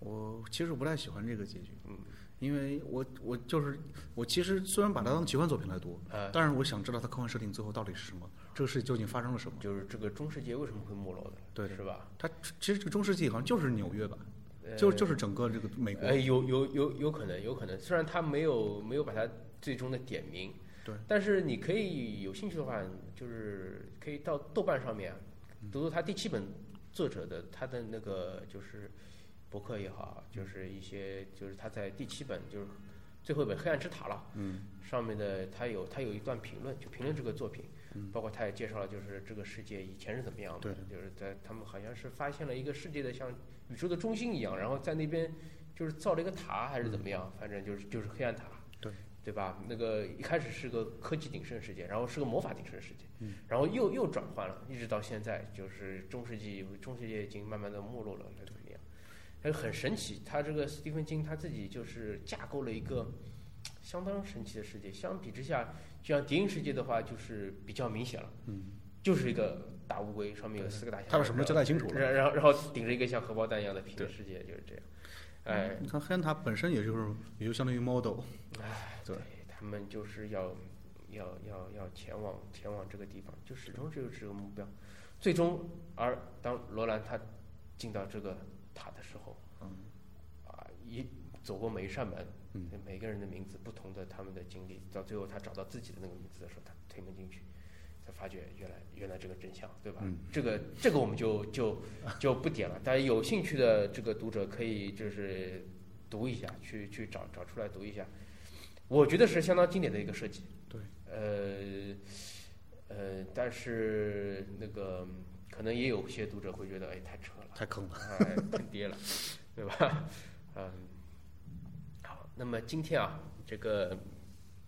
Speaker 2: 我其实不太喜欢这个结局，
Speaker 1: 嗯，
Speaker 2: 因为我我就是我其实虽然把它当奇幻作品来读，
Speaker 1: 呃，
Speaker 2: 但是我想知道它科幻设定最后到底是什么，这个事究竟发生了什么。
Speaker 1: 就是这个中世纪为什么会没落的，
Speaker 2: 对
Speaker 1: 是吧？
Speaker 2: 它其实这个中世纪好像就是纽约吧，就
Speaker 1: 呃
Speaker 2: 就是整个这个美国
Speaker 1: 哎，有有有有可能，有可能。虽然他没有没有把它最终的点名，
Speaker 2: 对，
Speaker 1: 但是你可以有兴趣的话，就是可以到豆瓣上面啊
Speaker 2: 嗯
Speaker 1: 读读他第七本作者的他的那个就是博客也好，
Speaker 2: 嗯
Speaker 1: 就是一些就是他在第七本就是最后一本《黑暗之塔》了，
Speaker 2: 嗯，
Speaker 1: 上面的他有他有一段评论，就评论这个作品，包括他也介绍了就是这个世界以前是怎么样的，
Speaker 2: 嗯对
Speaker 1: 就是在他们好像是发现了一个世界的像宇宙的中心一样，然后在那边就是造了一个塔还是怎么样，反正就是就是黑暗塔，
Speaker 2: 嗯对
Speaker 1: 对吧？那个一开始是个科技鼎盛世界，然后是个魔法鼎盛世界，然后又又转换了，一直到现在就是中世纪，中世纪已经慢慢的没落了，还是怎么样？但是很神奇，他这个斯蒂芬金他自己就是架构了一个相当神奇的世界。相比之下，就像《谍影世界》的话，就是比较明显了，
Speaker 2: 嗯，
Speaker 1: 就是一个大乌龟，上面有四个大象，
Speaker 2: 他把什么都交代清楚了。
Speaker 1: 然然后然后顶着一个像荷包蛋一样的平
Speaker 2: 对嗯
Speaker 1: 行世界，就是这样。哎，
Speaker 2: 你看黑暗塔本身也就是也就相当于 model，
Speaker 1: 哎，
Speaker 2: 对
Speaker 1: 他们就是要要要要前往前往这个地方，就始终只有这个目标。最终，而当罗兰他进到这个塔的时候，
Speaker 2: 嗯
Speaker 1: 啊，一走过每一扇门，
Speaker 2: 嗯
Speaker 1: 每个人的名字不同的他们的经历，到最后他找到自己的那个名字的时候，他推门进去。才发觉原来原来这个真相，对吧？
Speaker 2: 嗯
Speaker 1: 这个这个我们就就
Speaker 2: [LAUGHS]
Speaker 1: 就不点了。大家有兴趣的这个读者可以就是读一下，去去找找出来读一下。我觉得是相当经典的一个设计。
Speaker 2: 对，
Speaker 1: 呃，呃，但是那个可能也有些读者会觉得，哎，太扯了，
Speaker 2: 太坑了。
Speaker 1: 哎， [LAUGHS] 太跌了，对吧？嗯，好，那么今天啊，这个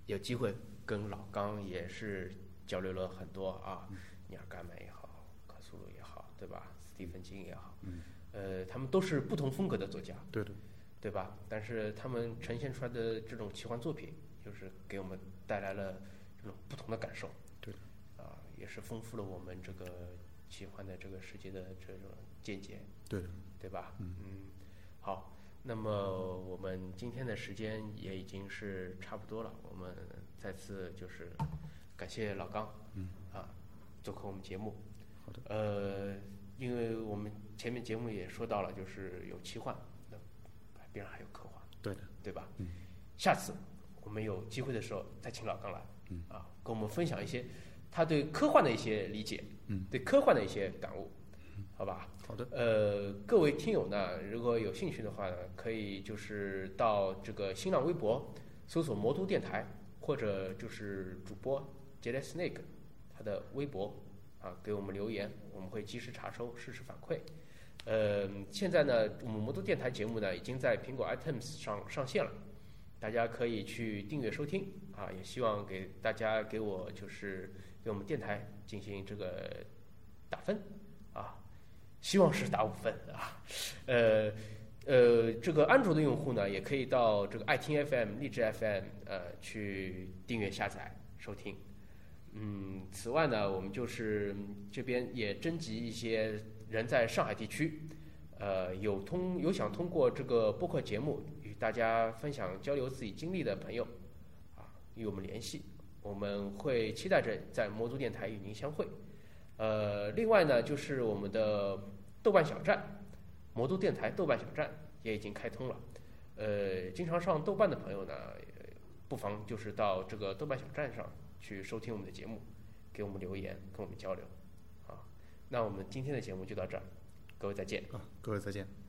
Speaker 1: 有机会跟老刚也是交流了很多啊，
Speaker 2: 嗯
Speaker 1: 尼尔盖曼也好，卡苏鲁也好，对吧？斯蒂芬金也好，
Speaker 2: 嗯，
Speaker 1: 呃，他们都是不同风格的作家。
Speaker 2: 对对，
Speaker 1: 对吧？但是他们呈现出来的这种奇幻作品，就是给我们带来了这种不同的感受。
Speaker 2: 对，
Speaker 1: 啊、也是丰富了我们这个奇幻的这个世界的这种见解。
Speaker 2: 对的，
Speaker 1: 对吧？
Speaker 2: 嗯
Speaker 1: 好，那么我们今天的时间也已经是差不多了，我们再次就是感谢老刚，
Speaker 2: 嗯，
Speaker 1: 啊，做客我们节目。
Speaker 2: 好的。
Speaker 1: 呃，因为我们前面节目也说到了，就是有奇幻，那边上还有科幻，
Speaker 2: 对的，
Speaker 1: 对吧？
Speaker 2: 嗯。
Speaker 1: 下次我们有机会的时候再请老刚来，
Speaker 2: 嗯，
Speaker 1: 啊，跟我们分享一些他对科幻的一些理解，
Speaker 2: 嗯，
Speaker 1: 对科幻的一些感悟，好吧？
Speaker 2: 好的，
Speaker 1: 呃，各位听友呢，如果有兴趣的话呢，可以就是到这个新浪微博搜索“魔都电台”，或者就是主播 j e Snake 他的微博啊，给我们留言，我们会及时查收，适时反馈。呃，现在呢，我们魔都电台节目呢已经在苹果 iTunes 上上线了，大家可以去订阅收听啊，也希望给大家给我就是给我们电台进行这个打分啊。希望是打五分啊。呃呃，这个安卓的用户呢，也可以到这个爱听 FM、荔枝 FM 呃去订阅下载收听。嗯，此外呢，我们就是嗯这边也征集一些人在上海地区，呃，有通有想通过这个播客节目与大家分享交流自己经历的朋友，啊，与我们联系，我们会期待着在魔都电台与您相会。呃，另外呢，就是我们的豆瓣小站，魔都电台豆瓣小站也已经开通了。呃，经常上豆瓣的朋友呢，呃不妨就是到这个豆瓣小站上去收听我们的节目，给我们留言，跟我们交流。啊，那我们今天的节目就到这儿，各位再见。
Speaker 2: 啊，各位再见。